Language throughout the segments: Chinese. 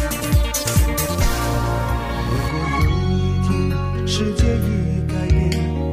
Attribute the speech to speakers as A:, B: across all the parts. A: 如果有一天世界已改变，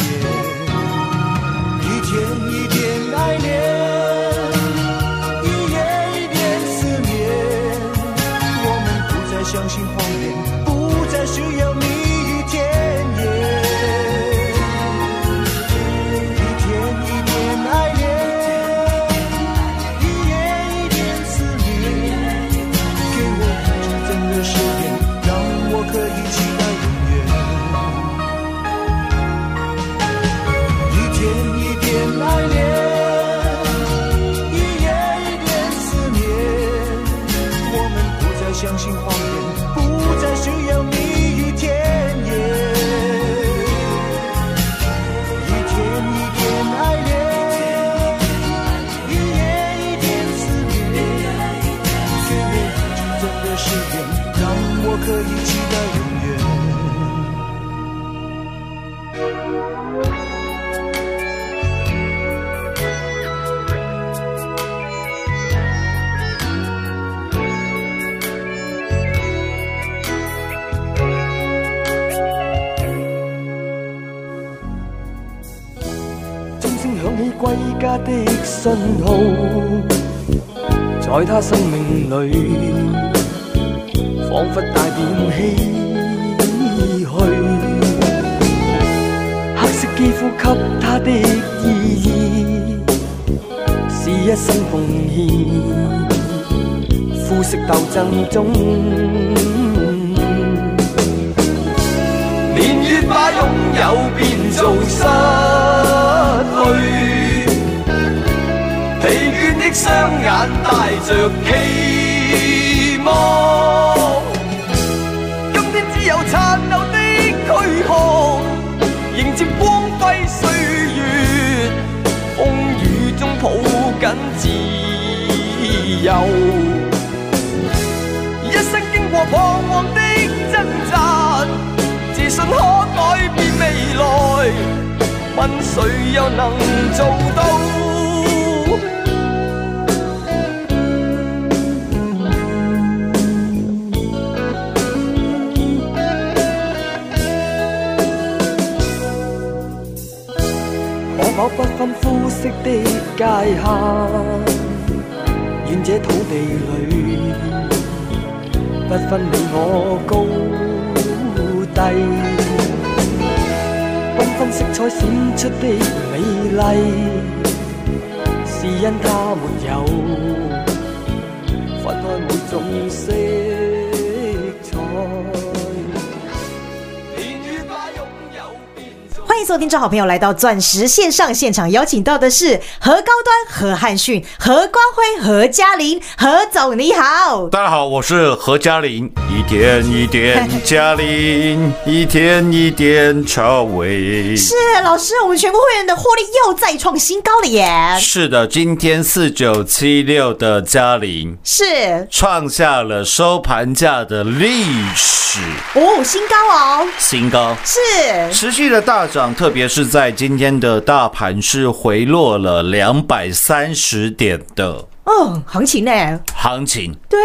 A: 夜？一天一点爱恋，一夜一点思念。我们不再相信谎言，不再需要蜜语甜言。一天一点爱恋，一夜一点思念。给我纯真的誓言，让我可以期待永远。一天一点爱恋，一夜一点思念。我们不再相信谎言，不再需要蜜语甜言。一天一点爱恋，一夜一点思念。给我纯真的誓言，让我可以期待永远。
B: 钟声响起归家的信号，在他生命里，仿佛带点唏嘘。黑色肌肤给他的意义，是一生奉献。肤色斗争中，年月把拥有变做失去，疲倦的双眼带着期望。今天只有殘留的軀殼，迎接光輝歲月，風雨中抱緊自由。一生經過彷徨的掙扎，自信可改變未來，問誰又能做到？可否不分膚色的界限，願這土地裏。不分你我高低，缤纷色彩閃出的美麗，是因它沒有分開每種色彩。年月把擁有變做
C: 欢迎收听，众好朋友来到钻石线上现场，邀请到的是何高端、何汉逊、何光辉、何嘉玲、何总，你好。
D: 大家好，我是何嘉玲。一点一点嘉玲，一天一点超伟。
C: 是老师，我们全国会员的获利又再创新高了耶！
D: 是的，今天四九七六的嘉玲
C: 是
D: 创下了收盘价的历史
C: 哦，新高哦，
D: 新高。
C: 是
D: 持续的大涨，特别是在今天的大盘是回落了两百三十点的
C: 哦，行情呢？
D: 行情。
C: 对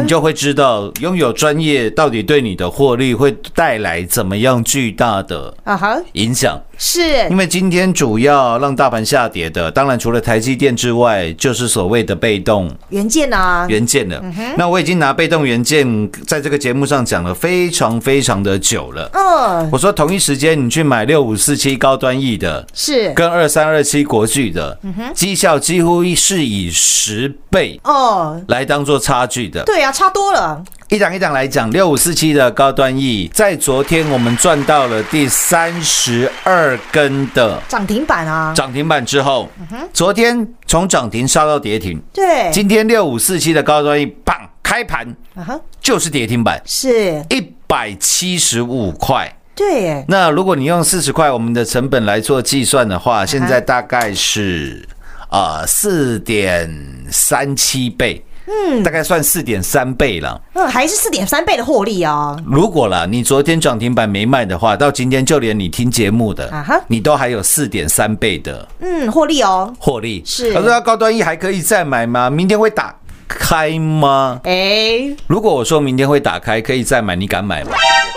D: 你，就会知道拥有专业到底对你的获利会带来怎么样巨大的
C: 啊哈，
D: 影响。
C: 是
D: 因为今天主要让大盘下跌的，当然除了台积电之外，就是所谓的被动
C: 原件啊，
D: 元件了。那我已经拿被动元件在这个节目上讲了非常非常的久了。
C: 嗯，
D: 我说同一时间你去买六五四七高端 E 的，
C: 是
D: 跟二三二七国巨的，
C: 嗯
D: 绩效几乎是以十倍
C: 哦，
D: 来当做差距的。
C: 对啊，差多了，
D: 一档一档来讲，六五四七的高端 E，在昨天我们赚到了第三十二根的
C: 涨停板啊，
D: 涨停板之后，昨天从涨停杀到跌停，
C: 对，
D: 今天六五四七的高端 E，棒开盘
C: 啊哈，
D: 就是跌停板，
C: 是，
D: 一百七十五块。
C: 对耶，
D: 那如果你用四十块我们的成本来做计算的
C: 嗯
D: 话，现在大概是啊四点三七倍，嗯，大概算四点三倍了。
C: 嗯，还是四点三倍的获利啊，
D: 如果啦，你昨天涨停板没卖的话，到今天就连你听节目的
C: 啊哈，
D: 你都还有四点三倍的
C: 嗯，获利哦，
D: 获利。
C: 是
D: 他说要高端 E 还可以再买吗？明天会打开吗？
C: 哎，
D: 如果我说明天会打开，可以再买，你敢买吗？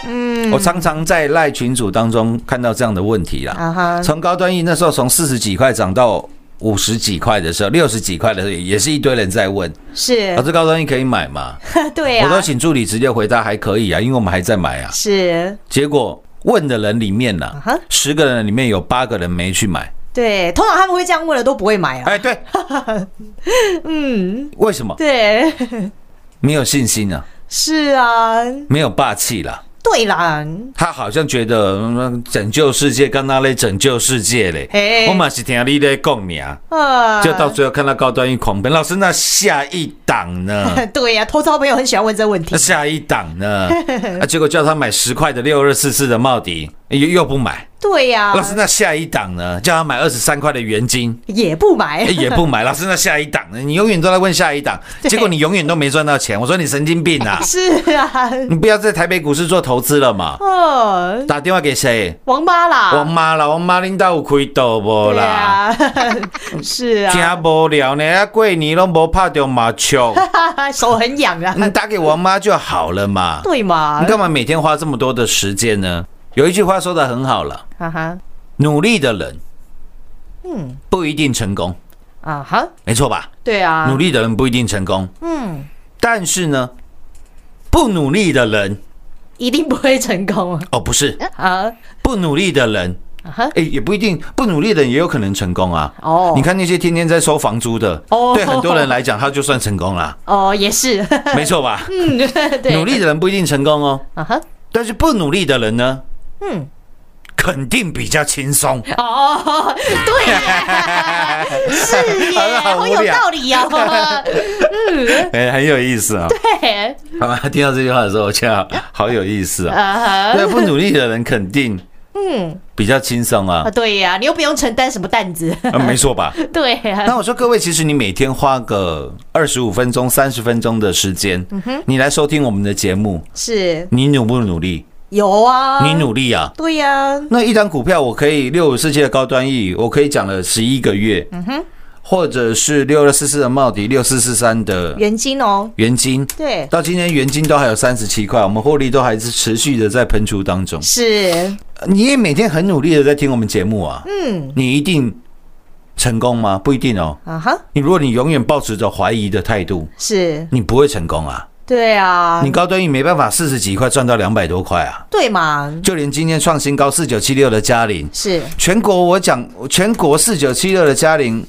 D: 嗯，我常常在赖群组当中看到这样的问题啦。
C: 啊哈
D: 从高端 E 那时候从四十几块涨到五十几块的时候，六十几块的时候，也是一堆人在问，
C: 是
D: 老，师高端 E 可以买吗？
C: 对
D: 我都
C: 啊，
D: 请助理直接回答还可以啊，因为我们还在买啊。
C: 是，
D: 结果问的人里面呢、啊
C: 啊哈
D: 十个人里面有八个人没去买。
C: 对，通常他们会这样问了都不会买啊，
D: 哎， 对，嗯，为什么
C: 对，
D: 没有信心啊？
C: 是啊，
D: 没有霸气啦？
C: 对啦，
D: 他好像觉得、嗯拯救世界，刚那嘞拯救世界嘞
C: 嘿，
D: 我嘛是听你在讲你啊，
C: 啊，
D: 就到最后看到高端一狂奔，老师那下一档呢？
C: 对呀、偷钞朋友很喜欢问这问题
D: 啊那，下一档 呢？啊，结果叫他买十块的六二四四的茂迪，又又不买。
C: 对呀、
D: 老师，那下一档呢？叫他买二十三块的元金，
C: 也不买，
D: 欸也不买，老师那下一档呢？你永远都在问下一档，
C: 对
D: 结果你永远都没赚到钱。我说你神经病 啊！
C: 是啊，
D: 你不要在台北股市做投资了嘛！
C: 哦，
D: 打电话给谁？
C: 王妈啦，
D: 王妈啦，王妈领导有开赌无
C: 对
D: 啦？
C: 啊， 是啊，
D: 真无聊呢，啊过年拢无拍到麻将，
C: 手很痒啊，
D: 你嗯打给王妈就好了嘛。
C: 对嘛
D: 你，干嘛每天花这么多的时间呢？有一句话说的很好了，
C: 啊哈，
D: 努力的人，嗯，不一定成功，
C: 啊哈，
D: 没错吧？
C: 对啊，
D: 努力的人不一定成功，
C: 嗯，
D: 但是呢，不努力的人
C: 一定不会成功啊，
D: 哦，不是
C: 啊
D: 不努力的人，
C: 啊哈，
D: 哎，也不一定，不努力的人也有可能成功啊。
C: 哦
D: 你看那些天天在收房租的，
C: 哦
D: 对很多人来讲，他就算成功 啦，
C: 哦，也是，
D: 没错吧？
C: 嗯，对，
D: 努力的人不一定成功哦，
C: 啊哈，
D: 但是不努力的人呢，
C: 嗯，
D: 肯定比较 轻松。
C: 哦，对耶，是耶，
D: 好
C: 好
D: 无聊
C: 有道理呀、啊，
D: 哎，很有意思啊。
C: 对，
D: 好吧，听到这句话的时候，我觉得好有意思 啊。
C: 啊哈
D: 对，，不努力的人肯定
C: 嗯，
D: 比较轻松啊
C: 啊，，对呀、你又不用承担什么担子，
D: 啊没错吧？
C: 对呀、
D: 那我说各位，其实你每天花个二十五分钟、三十分钟的时间，
C: 嗯
D: 你来收听我们的节目，
C: 是
D: 你努不努力？
C: 有啊，
D: 你努力啊！
C: 对呀、
D: 那一张股票，我可以六五四七的高端 E，我可以讲了十一个月，
C: 嗯
D: 或者是六二四四的茂迪，六四四三的
C: 原金哦，
D: 元金，
C: 对，
D: 到今天元金都还有三十七块，我们获利都还是持续的在喷出当中。
C: 是，
D: 你也每天很努力的在听我们节目啊，嗯，你一定成功吗？不一定哦。
C: 啊哈，
D: 你如果你永远保持着怀疑的态度，
C: 是，
D: 你不会成功啊！
C: 对啊，
D: 你高端 E 没办法四十几块赚到两百多块啊！
C: 对嘛，
D: 就连今天创新高四九七六的嘉玲，
C: 是
D: 全国我讲全国四九七六的嘉玲，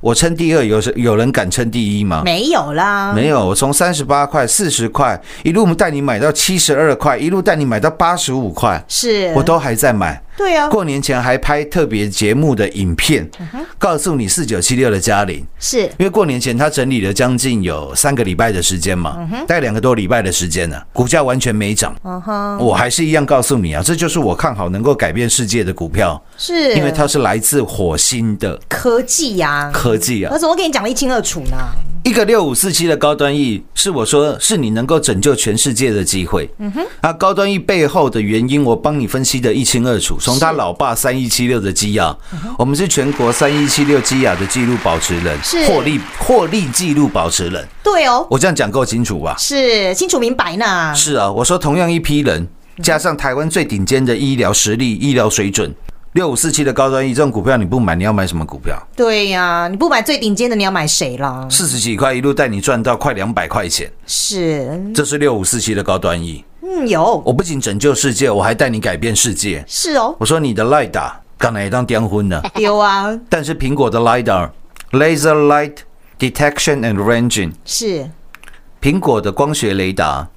D: 我称第二，有谁有人敢称第一吗？
C: 没有啦，
D: 没有，我从三十八块、四十块一路带你买到七十二块，一路带你买到八十五块，
C: 是，
D: 我都还在买。
C: 对啊，
D: 过年前还拍特别节目的影片，
C: 嗯
D: 告诉你四九七六的嘉玲，
C: 是
D: 因为过年前他整理了将近有三个礼拜的时间
C: 嗯
D: 嘛，大概两个多礼拜的时间呢、啊股价完全没涨。
C: 哦
D: 我还是一样告诉你啊，这就是我看好能够改变世界的股票，
C: 是，
D: 因为它是来自火星的
C: 科技呀、
D: 科技啊
C: 我。怎么跟你讲的一清二楚呢？
D: 一个六五四七的高端 E 是我说是你能够拯救全世界的机会。嗯哼，啊，高端 E 背后的原因我帮你分析的一清二楚。从他老爸三一七六的基亚，我们是全国三一七六基亚的纪录保持人，
C: 是
D: 获利获利纪录保持人。
C: 对哦，
D: 我这样讲够清楚吧？啊
C: 是清楚明白呢，
D: 是啊，我说同样一批人，加上台湾最顶尖的医疗实力、医疗水准，六五四七的高端 E 这种股票你不买，你要买什么股票？
C: 对呀、你不买最顶尖的，你要买谁啦？
D: 四十几块一路带你赚到快两百块钱，
C: 是，嗯
D: 这是六五四七的高端 E。
C: 嗯，有，
D: 我不仅拯救世界，我还带你改变世界。
C: 是哦，
D: 我说你的 LiDAR 刚才也当颠昏了，
C: 有啊，
D: 但是苹果的 LiDAR Laser Light Detection and Ranging
C: 是
D: 苹果的光学雷达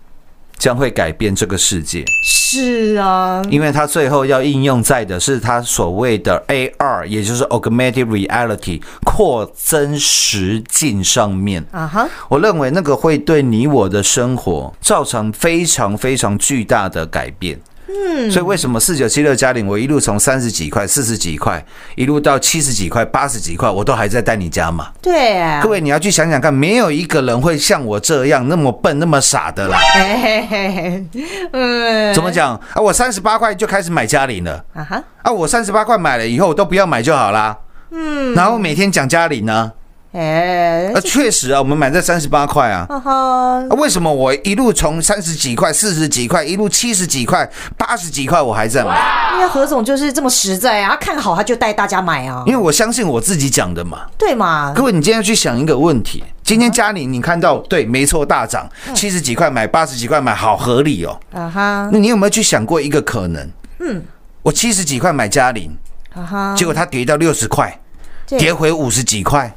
D: 将会改变这个世界，
C: 是啊，
D: 因为它最后要应用在的是它所谓的 AR，也就是 Augmented Reality 扩增实境上面。
C: 啊哈，
D: 我认为那个会对你我的生活造成非常非常巨大的改变。嗯，所以为什么四九七六加零，我一路从三十几块、四十几块，一路到七十几块、八十几块，我都还在带你加嘛。
C: 对，
D: 各，位，你要去想想看，没有一个人会像我这样那么笨、那么傻的啦。
C: 嘿嘿嘿嘿，嗯，
D: 怎么？讲啊？我三十八块就开始买嘉玲了
C: 啊哈，
D: 啊！我三十八块买了以后，我都不要买就好啦。嗯，然后每天讲嘉玲呢，
C: 哎、
D: 啊，确实啊，我们买在三十八块啊。
C: 啊哈，
D: 啊为什么我一路从三十几块、四十几块，一路七十几块、八十几块，我还在买？
C: 因为何总就是这么实在啊，他看好他就带大家买啊
D: 因，为我相信我自己讲的嘛。
C: 对嘛？
D: 各位，你今天要去想一个问题，今天嘉玲你看到对，没错，大涨七十几块买，八十几块买，好合理哦。
C: 啊哈，
D: 那你有没有去想过一个可能？嗯，我七十几块买嘉玲，
C: 啊哈，
D: 结果它跌到六十块，
C: 对
D: 跌回五十几块，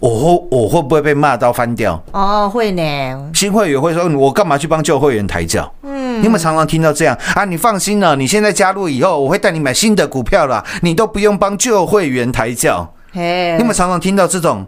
D: 我会我会不会被骂到翻掉？
C: 哦，会呢，
D: 新会员会说，嗯我干嘛去帮旧会员抬轿？嗯，你们常常听到这样啊，你放心了，你现在加入以后，我会带你买新的股票啦，你都不用帮旧会员抬轿。
C: 嘿，
D: 你们常常听到 这种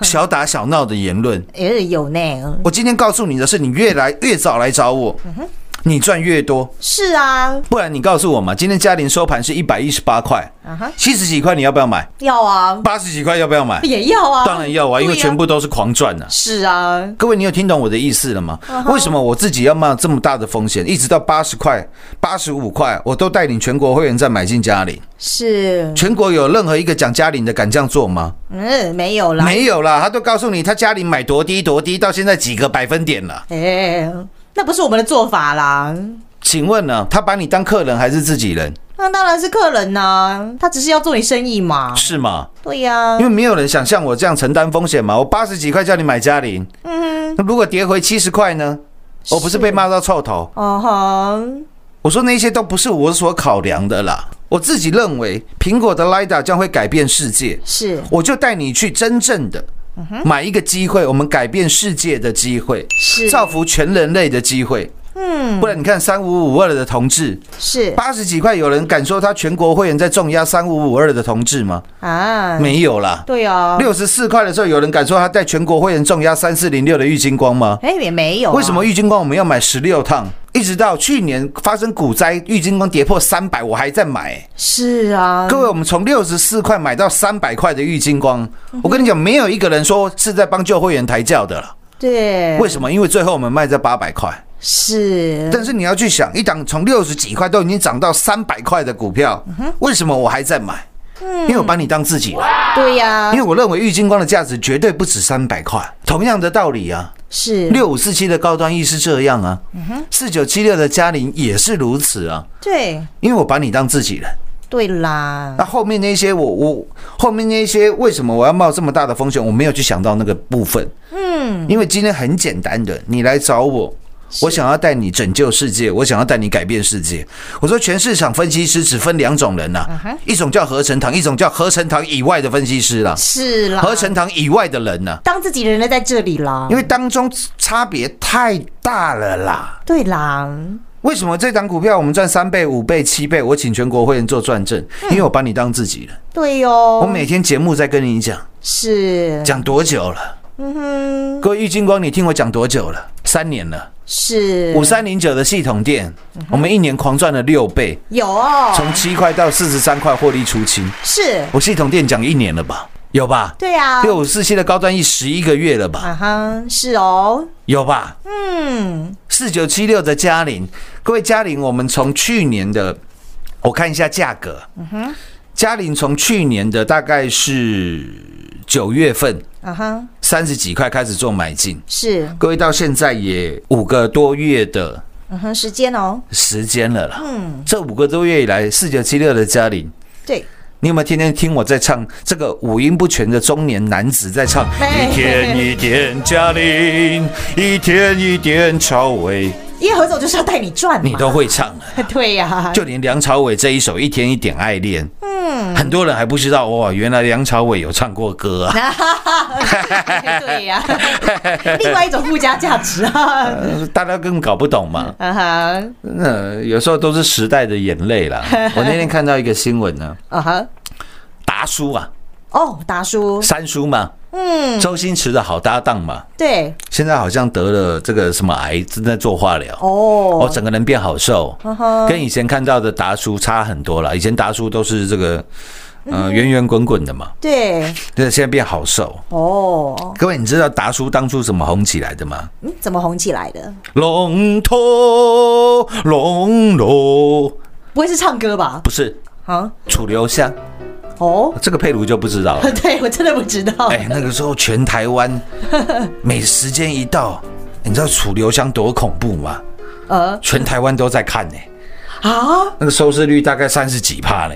D: 小打小闹的言论。
C: 也哎有呢，
D: 我今天告诉你的是，你越来越早来找我，
C: 嗯
D: 你赚越多。
C: 是啊，
D: 不然你告诉我嘛，今天嘉玲收盘是一百一十八块，
C: 啊哈，
D: 七十几块你要不要买？
C: 要啊，
D: 八十几块要不要买？
C: 也要啊，
D: 当然要啊，因为
C: 对
D: 全部都是狂赚的、啊。
C: 是啊，
D: 各位，你有听懂我的意思了吗？为什么我自己要冒这么大的风险，一直到八十块、八十五块，我都带领全国会员再买进嘉玲？
C: 是，
D: 全国有任何一个讲嘉玲的敢这样做吗？
C: 嗯，没有啦，
D: 没有啦，他都告诉你他嘉玲买多低多低，到现在几个百分点了。
C: 哎、那不是我们的做法啦。
D: 请问呢，他把你当客人还是自己人？
C: 那当然是客人呐、他只是要做你生意嘛。
D: 是吗？
C: 对呀、
D: 因为没有人想像我这样承担风险嘛。我八十几块叫你买嘉玲，嗯，那如果跌回七十块呢？我不是被骂到臭头？
C: 哦哈，
D: 我说那些都不是我所考量的啦。我自己认为苹果的 LiDAR 将会改变世界，
C: 是
D: 我就带你去真正的买一个机会，我们改变世界的机会，
C: 是
D: 造福全人类的机会。嗯，不然你看三五五二的同志，
C: 是
D: 八十几块，有人敢说他全国会员在重压三五五二的同志吗？
C: 啊，
D: 没有啦。
C: 对啊，
D: 六十四块的时候，有人敢说他带全国会员重压三四零六的郁金光吗？
C: 哎、也没有啊、
D: 为什么郁金光我们要买十六趟？一直到去年发生股灾，郁金光跌破三百，我还在买。
C: 是啊，
D: 各位，我们从六十四块买到三百块的郁金光，我跟你讲，没有一个人说是在帮旧会员抬轿的了。
C: 对，嗯
D: 为什么？因为最后我们卖在八百块。
C: 是
D: 但是你要去想，一档从六十几块都已经涨到三百块的股票，为什么我还在买？因为我把你当自己人。
C: 对呀、
D: 因为我认为郁金光的价值绝对不止三百块。同样的道理啊，
C: 是
D: 六五四七的高端意是这样啊，四九七六的嘉玲也是如此啊。
C: 对
D: 因为我把你当自己人，
C: 对啦
D: 那，后面那些我我后面那些为什么我要冒这么大的风险？我没有去想到那个部分。嗯，因为今天很简单的，你来找我。我想要带你拯救世界，我想要带你改变世界。我说，全市场分析师只分两种人呐、啊
C: 嗯
D: 一种叫合成堂，一种叫合成堂以外的分析师啦、
C: 是啦，
D: 合成堂以外的人呢、
C: 当自己人的在这里啦，
D: 因为当中差别太大了啦。
C: 对啦，
D: 为什么这档股票我们赚三倍、五倍、七倍？我请全国会员做转正，因为我把你当自己人。
C: 对哟、嗯哦，
D: 我每天节目在跟你讲，
C: 是
D: 讲多久了？嗯哼，各位郁金光，你听我讲多久了？三年了。
C: 是
D: 五三零九的系统店，我们一年狂赚了六倍，
C: 有嗯哦，
D: 从七块到四十三块获利出清。
C: 是
D: 我系统店讲一年了吧？有吧？
C: 对啊，
D: 六五四七的高端一十一个月了吧？
C: 啊哈，是哦，
D: 有吧？嗯，四九七六的嘉玲，各位嘉玲，我们从去年的，我看一下价格，嗯哼，嘉玲从去年的大概是九月份
C: 啊哈，
D: 三十几块开始做买进，
C: 是
D: 各位到现在也五个多月的
C: 嗯哼，时间哦，
D: 时间了啦。嗯，这五个多月以来，四九七六的嘉玲，
C: 对，
D: 你有没有天天听我在唱这个五音不全的中年男子在唱？
C: 嘿
D: 一天一点嘉玲，一天一点朝伟，
C: 因为何总就是要带你转嘛，
D: 你都会唱了。
C: 对呀、
D: 就连梁朝伟这一首《一天一点爱恋》，嗯，很多人还不知道哇，原来梁朝伟有唱过歌啊。
C: 对呀、 另外一种附加价值 啊，
D: 呃 大家根本搞不懂嘛，
C: 嗯哼，
D: 那有时候都是时代的眼泪啦。我那天看到一个新闻呢，
C: 嗯哼，
D: 达叔啊，
C: 哦，达叔，
D: 三叔嘛，
C: 嗯，
D: 周星驰的好搭档嘛，
C: 对，
D: 现在好像得了这个什么癌，正在做化疗。哦，
C: 哦，
D: 整个人变好瘦
C: 哼，
D: 跟以前看到的达叔差很多了。以前达叔都是这个，呃，圆圆滚滚的嘛，
C: 对，
D: 但是现在变好瘦。
C: 哦，
D: 各位，你知道达叔当初怎么红起来的吗？
C: 嗯，怎么红起来的？
D: 龙头龙头
C: 不会是唱歌吧？
D: 不是
C: 啊，
D: 楚留香，
C: 哦，
D: 这个佩如就不知道了。
C: 对我真的不知道，
D: 哎，那个时候全台湾每时间一到，你知道楚留香多恐怖吗？
C: 呃，
D: 全台湾都在看呢、
C: 啊，
D: 那个收视率大概三十几趴呢。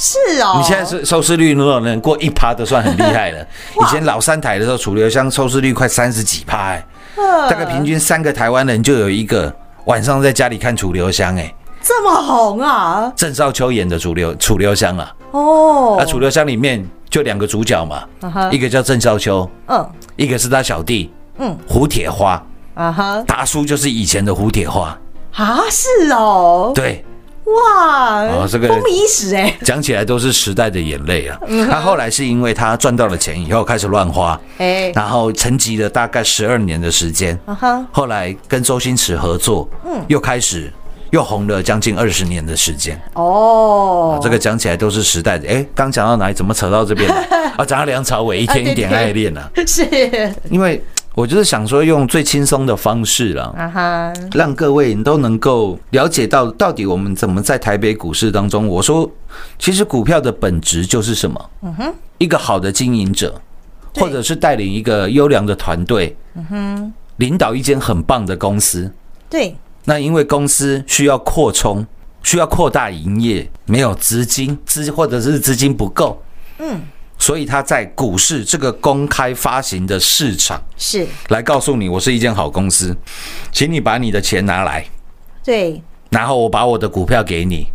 C: 是哦，
D: 你现在是收视率如果能过一趴都算很厉害了。以前老三台的时候，楚留香收视率快三十几趴、哎，
C: 呃
D: 大概平均三个台湾人就有一个晚上在家里看楚留香、哎。
C: 这么红啊，
D: 郑少秋演的楚留楚留香啊，
C: 哦，
D: 啊，楚留香里面就两个主角嘛
C: 嗯哼，
D: 一个叫郑少秋，
C: 嗯，
D: 一个是他小弟，
C: 嗯
D: 嗯，胡铁花，
C: 啊哈，
D: 达叔就是以前的胡铁花，
C: 啊，是哦，
D: 对，
C: 哇，
D: 哦这个
C: 风靡一时哎、
D: 讲起来都是时代的眼泪啊。
C: 嗯
D: 他后来是因为他赚到了钱以后开始乱花，
C: 哎、
D: 然后沉寂了大概十二年的时间，
C: 啊哈，
D: 后来跟周星驰合作，嗯，又开始。又红了将近二十年的时间，
C: 哦，
D: 啊这个讲起来都是时代的。哎，刚讲到哪里？怎么扯到这 边来？啊，讲到梁朝伟一天一点爱恋啊。
C: 是
D: 因为我就是想说，用最轻松的方式啦，
C: 啊哈，
D: 让各位你都能够了解到到底我们怎么在台北股市当中。我说，其实股票的本质就是什么？嗯哼，一个好的经营者，
C: 对
D: 或者是带领一个优良的团队，嗯哼，领导一间很棒的公司。
C: 对，
D: 那因为公司需要扩充，需要扩大营业，没有资金，资或者是资金不够，
C: 嗯，
D: 所以他在股市这个公开发行的市场。
C: 是，
D: 来告诉你我是一间好公司，请你把你的钱拿来，
C: 对，
D: 然后我把我的股票给你。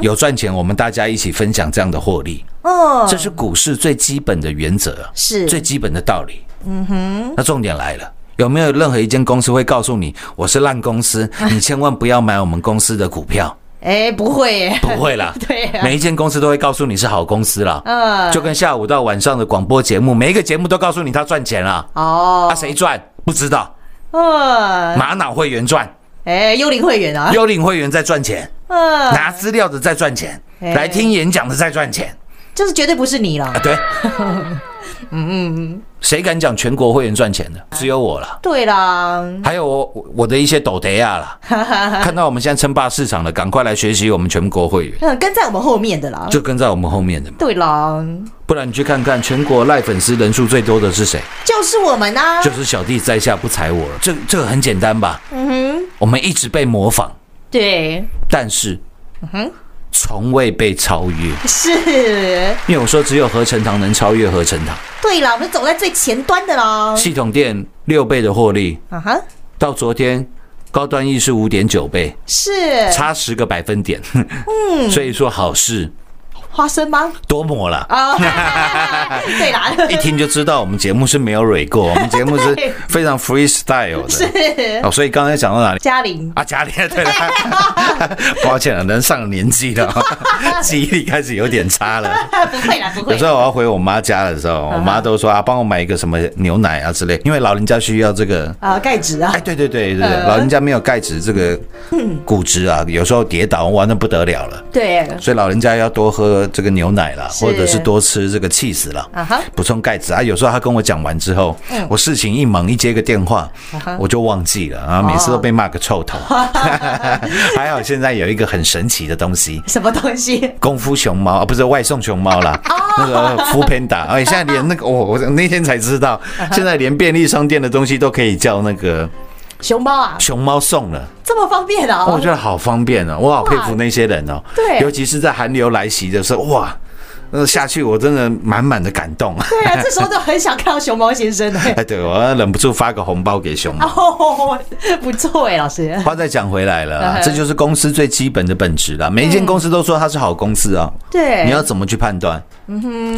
D: 有赚钱，我们大家一起分享这样的获利，
C: 哦，
D: 这是股市最基本的原则，
C: 是
D: 最基本的道理。嗯哼，那重点来了。有没有任何一间公司会告诉你我是烂 公司，你千万不要买我们公司的股票？
C: 哎、不会耶、
D: 不会啦，
C: 对啊
D: 每一间公司都会告诉你是好公司啦。
C: 嗯
D: 就跟下午到晚上的广播节目，每一个节目都告诉你他赚钱啦，
C: 哦，
D: 啊，谁赚不知道，
C: 呃，
D: 玛瑙会员赚，
C: 哎、幽灵会员啊，
D: 幽灵会员在赚钱，
C: 呃，
D: 拿资料的在赚钱，
C: 哎
D: 来听演讲的在赚钱
C: 就是绝对不是你啦
D: 啊！，对，嗯嗯，
C: 嗯
D: 谁敢讲全国会员赚钱的？只有我了。
C: 对啦，
D: 还有我我的一些抖德亚啦， 看到我们现在称霸市场了，赶快来学习我们全国会员，
C: 嗯，跟在我们后面的啦，
D: 就跟在我们后面的嘛。
C: 对啦，
D: 不然你去看看全国赖粉丝人数最多的是谁？
C: 就是我们呐、啊，
D: 就是小弟在下不踩我了。这这个很简单吧？
C: 嗯哼，
D: 我们一直被模仿，
C: 对，
D: 但是，
C: 嗯
D: 从未被超越。
C: 是，
D: 因为我说只有合成堂能超越合成堂。
C: 对啦，我们走在最前端的啦，
D: 系统店六倍的获利，
C: 啊哈，
D: 到昨天高端易是五点九倍，
C: 是
D: 差十个百分点。嗯， 所以说好事
C: 花生吗？
D: 多磨了。
C: 啊、对啦，
D: 一听就知道我们节目是没有蕊过，我们节目是
C: 对
D: 非常 freestyle 的。
C: 是
D: 哦，所以刚才讲到 哪里？
C: 嘉玲，
D: 啊，家里 对了，抱歉了，人上了年纪了，记忆力开始有点差了。
C: 不会啦，不会
D: 有时，候我要回我妈家的时候，我妈都说啊，帮我买一个什么牛奶啊之类，因为老人家需要这个
C: 啊，钙质啊嗯
D: 哎，，对对对对对，老人家没有钙质，这个骨质啊，有时候跌倒哇，那不得了了。
C: 对，
D: 所以老人家要多喝这个牛奶啦，
C: 是
D: 或者是多吃这个 cheese 啦
C: 啊哈，嗯
D: 补充钙质啊。有时候他跟我讲完之后，我事情一忙，一接个电话，
C: 啊
D: 我就忘记了啊，每次
C: 哦
D: 都被骂个 臭头。 还好现在有一个很神奇的东西，
C: 什么东 西？
D: 功夫熊猫啊，不是外送熊猫啦，
C: 哦
D: 那个福平达，哎，现在连那个我我那天才知
C: 啊
D: 道，现在连便利商店的东西都可以叫那个
C: 熊猫啊，
D: 熊猫送了。
C: 这这么方便啊、
D: 我觉得哦好方便哦，我好佩服那些人哦。
C: 对
D: 尤其是在寒流来袭的时候，哇，那下去我真的满满的感 动。
C: 对啊，这时候都很想看到熊猫先 生哎、
D: 哎，对我忍不住发个红包给熊猫。
C: 哦，不错哎、老师。
D: 话再讲回来了
C: 嗯
D: 啊，
C: 哼
D: 这就是公司最基本的本质了。每一间公司都说它是好公司啊，
C: 对，嗯
D: 你要怎么去判断？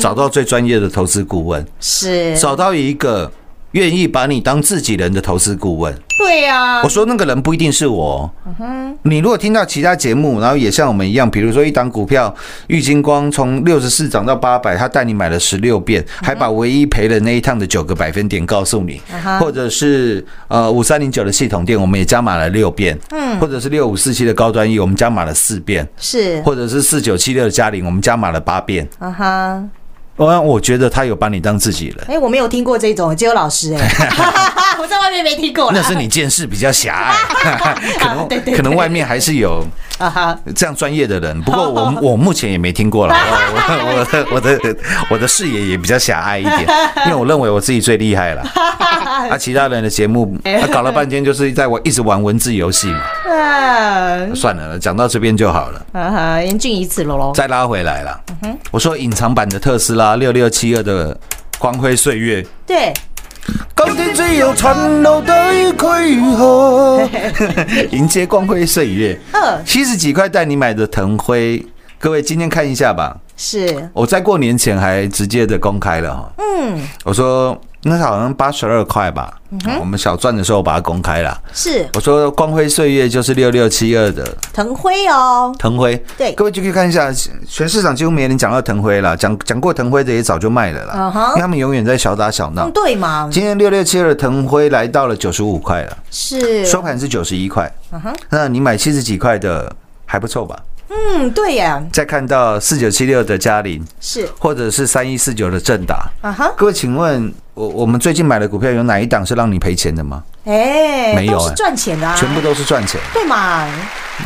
D: 找到最专业的投资顾问，
C: 是，
D: 找到一个愿意把你当自己人的投资顾问。
C: 对啊呀、
D: 我说那个人不一定是我。你如果听到其他节目，然后也像我们一样，比如说一档股票，玉金光从六十四涨到八百，他带你买了十六遍，还把唯一赔了那一趟的九个百分点告诉你
C: 嗯哼，
D: 或者是呃五三零九的系统店，我们也加码了六遍，嗯，或者是六五四七的高端 E，我们加码了四遍，
C: 是，
D: 或者是四九七六的嘉玲，我们加码了八遍。
C: 啊哈，
D: 我我觉得他有把你当自己人，
C: 哎、我没有听过这种，只有老师哎、 我在外面没听过啦
D: 那是你见识比较狭 隘，可
C: 啊对对对
D: 能可能外面还是有。
C: 啊哈，
D: 这样专业的人，不过我我目前也没听过了，我我我的我 的我的视野也比较狭隘一点，因为我认为我自己最厉害了，啊，其他人的节目、啊、搞了半天就是在玩一直玩文字游戏嘛，
C: 啊
D: 算了，讲到这边就好了，
C: 啊哈，言尽于此喽喽。
D: 再拉回来了，我说隐藏版的特斯拉六六七二的光辉岁月。
C: 对，
D: 今天只有残留的躯壳，迎接光辉岁月。
C: 嗯，
D: 七十几块带你买的腾辉，各位今天看一下吧。
C: 是，
D: 我在过年前还直接的公开了哈，
C: 嗯，
D: 我说那好像八十二块吧，哦我们小赚的时候把它公开了。
C: 是
D: 我说光辉岁月就是六六七二的
C: 腾辉哦，
D: 腾辉，
C: 对
D: 各位就可以看一下，全市场几乎没人讲到腾辉了，讲讲过腾辉的也早就卖了啦
C: 嗯哼
D: 因为他们永远在小打小闹
C: 嗯，。对嘛，
D: 今天六六七二的腾辉来到了九十五块了，
C: 是，
D: 收盘是九十一块
C: 嗯哼，
D: 那你买七十几块的还不错吧？
C: 嗯，对呀，
D: 再看到四九七六的嘉玲，
C: 是，
D: 或者是三一四九的正达，
C: 啊哈，
D: 各位，请问我我们最近买的股票有哪一档是让你赔钱的吗？
C: 哎、
D: 没有
C: 都是
D: 哎
C: 赚钱的啊，
D: 全部都是赚钱，
C: 对嘛，啊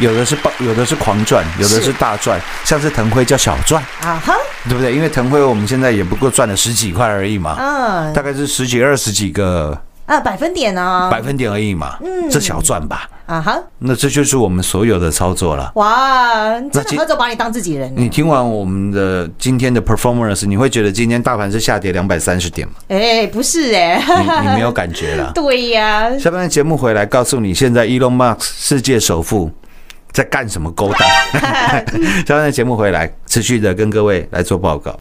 D: 有的是爆，有的是狂赚，有的
C: 是
D: 是大赚，像是腾辉叫小赚，
C: 啊哈，
D: 对不对？因为腾辉我们现在也不过赚了十几块而已嘛，
C: 嗯，
D: 大概是十几二十几个
C: 啊，百分点啊，嗯
D: 百分点而已嘛，这小赚吧。
C: 啊哈，
D: 那这就是我们所有的操作
C: 嗯
D: 了。
C: 哇，真的
D: 其
C: 何总把你当自己人呢，
D: 你听完我们的今天的 performance，你会觉得今天大盘是下跌两百三十点吗？
C: 哎、不是哎、。
D: 你你没有感觉了
C: 对呀、
D: 下半段节目回来告诉你，现在 Elon Musk 世界首富在干什么勾当。 下半段节目回来，持续的跟各位来做报告。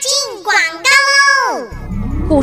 E: 进广告喽。股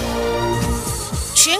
E: 全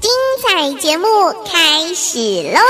F: 精彩节目开始喽！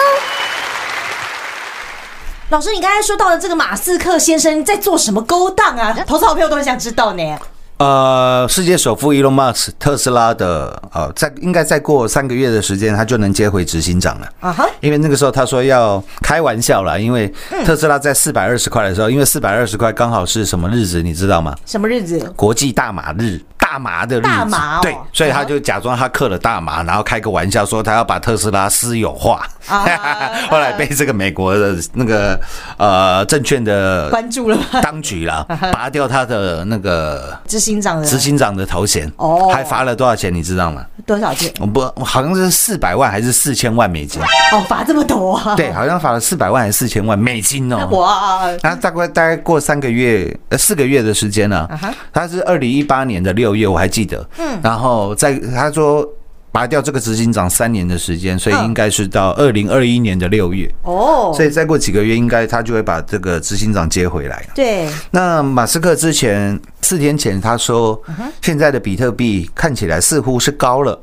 C: 老师，你刚才说到的这个马斯克先生在做什么勾当啊？投资好朋友都很想知道呢。
D: 呃，世界首富 Elon Musk 特斯拉的呃，在应该再过三个月的时间，他就能接回执行长了。
C: 啊哈，嗯
D: 因为那个时候他说要开玩笑啦，因为特斯拉在四百二十块的时候，因为四百二十块刚好是什么日子，你知道吗？
C: 什么日子？
D: 国际大麻日。大麻的日子，
C: 大麻哦
D: 对，所以他就假装他嗑了大麻，然后开个玩笑说他要把特斯拉私有化，
C: 啊
D: 后来被这个美国的那个呃证券的
C: 关注了吗？
D: 当局啦，拔掉他的那个
C: 执行长的
D: 执行长的头衔，
C: 哦
D: 还罚了多少钱，你知道吗？
C: 多少钱？
D: 我不好像是四百万还是四千万美金，
C: 哦，罚这么多啊！
D: 对，好像罚了四百万还是四千万美金哦。
C: 哇，
D: 他大概大概过三个月呃四个月的时间呢、
C: 啊哈
D: 他是二零一八年的六月，我还记得。嗯，然后在他说拔掉这个执行长三年的时间，所以应该是到二零二一年的六月，
C: 嗯哦，
D: 所以再过几个月，应该他就会把这个执行长接回来。啊
C: 对，
D: 那马斯克之前四天前他说，
C: 嗯
D: 现在的比特币看起来似乎是高了，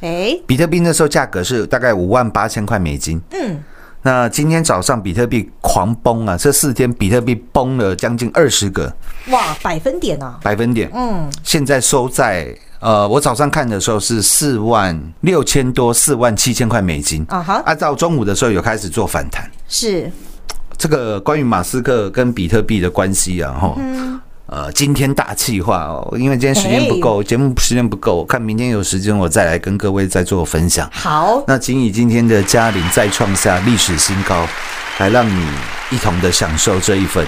C: 哎，
D: 比特币那时候价格是大概五万八千块美金。
C: 嗯，
D: 那今天早上比特币狂崩啊，这四天比特币崩了将近二十个
C: 哇，百分点啊，
D: 百分点。
C: 嗯，
D: 现在收在呃，我早上看的时候是四万六千多，四万七千块美金。
C: 啊哈
D: 按照中午的时候有开始做反弹。
C: 是，
D: 这个关于马斯克跟比特币的关系啊，哈。
C: 嗯
D: 呃，今天大气化哦，因为今天时间不够，节目时间不够，我看明天有时间我再来跟各位再做分享。
C: 好，
D: 那请以今天的嘉玲再创下历史新高，来让你一同的享受这一份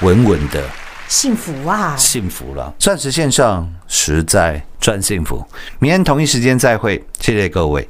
D: 稳稳的
C: 幸福啊，
D: 幸福了。钻石线上实在赚幸福，明天同一时间再会，谢谢各位。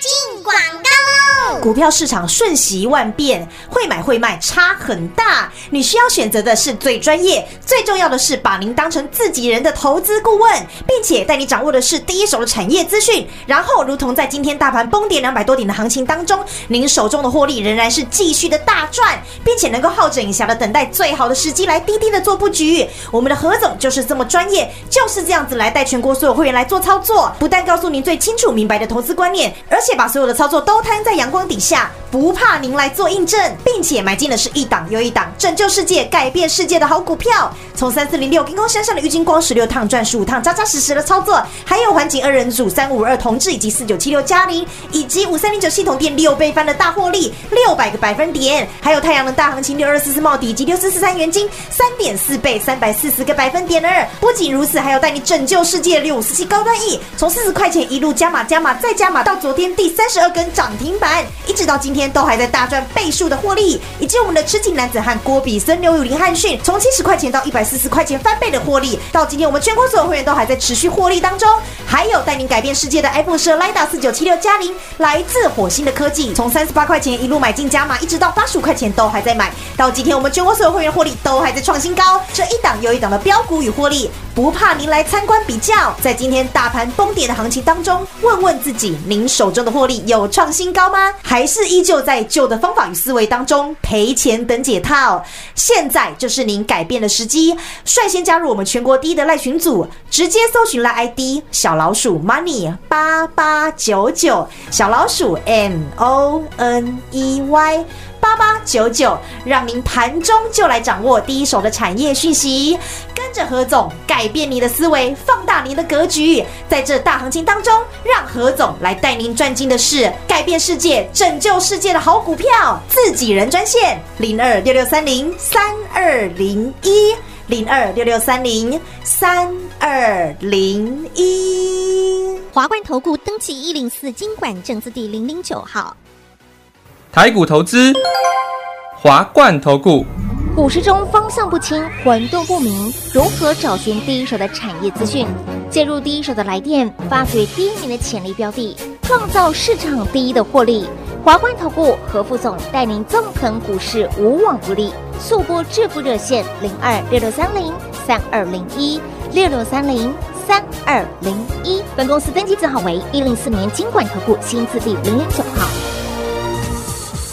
F: 进广告喽！
C: 股票市场瞬息万变，会买会卖差很大。你需要选择的是最专业，最重要的是把您当成自己人的投资顾问，并且带你掌握的是第一手的产业资讯。然后，如同在今天大盘崩跌两百多点的行情当中，您手中的获利仍然是继续的大赚，并且能够好整以暇的等待最好的时机来低低的做布局。我们的何总就是这么专业，就是这样子来带全国所有会员来做操作，不但告诉您最清楚明白的投资观念，而且把所有的操作都摊在阳光底下，不怕您来做印证，并且买进的是一档又一档拯救世界、改变世界的好股票。从三四零六跟工山上的郁金光十六趟赚十五趟，扎扎实实的操作，还有环境二人组三五二同志以及四九七六嘉玲以及五三零九系统店六倍翻的大获利，六百个百分点，还有太阳能大行情六二四四茂底以及六四四三元金三点四倍三百四十个百分点二。不仅如此，还有带你拯救世界六五四七高端 E，从四十块钱一路加码加码再加码，到昨天第三十二根涨停板，一直到今天都还在大赚倍数的获利，以及我们的痴情男子汉郭比森刘雨林汉逊，从七十块钱到一百四十块钱翻倍的获利，到今天我们全国所有会员都还在持续获利当中。还有带您改变世界的 iPhone 十 Lida 四九七六加零，来自火星的科技，从三十八块钱一路买进加码，一直到八十五块钱都还在买，到今天我们全国所有会员获利都还在创新高，这一档又一档的标股与获利，不怕您来参观比较。在今天大盘崩跌的行情当中，问问自己，您手中的获利有创新高吗？还是依旧在旧的方法与思维当中赔钱等解套？现在就是您改变的时机，率先加入我们全国第一的赖群组，直接搜寻赖 ID 小老鼠 money 八八九九，小老鼠 m o n e y。八八九九，让您盘中就来掌握第一手的产业讯息，跟着何总改变你的思维，放大您的格局，在这大行情当中，让何总来带您赚进的是改变世界、拯救世界的好股票，自己人专线零二六六三零三二零一零二六六三零三二零一。
F: 华冠投顾登记一零四经管证字第零零九号。
G: 台股投资，华冠投顾，
E: 股市中方向不清、混沌不明，如何找寻第一手的产业资讯？介入第一手的来电，发掘第一名的潜力标的，创造市场第一的获利。华冠投顾何副总带领纵横股市，无往不利。速播致富热线零二六六三零三二零一六六三零三二零一。本公司登记字号为一零四年经管投顾新字第零零九号。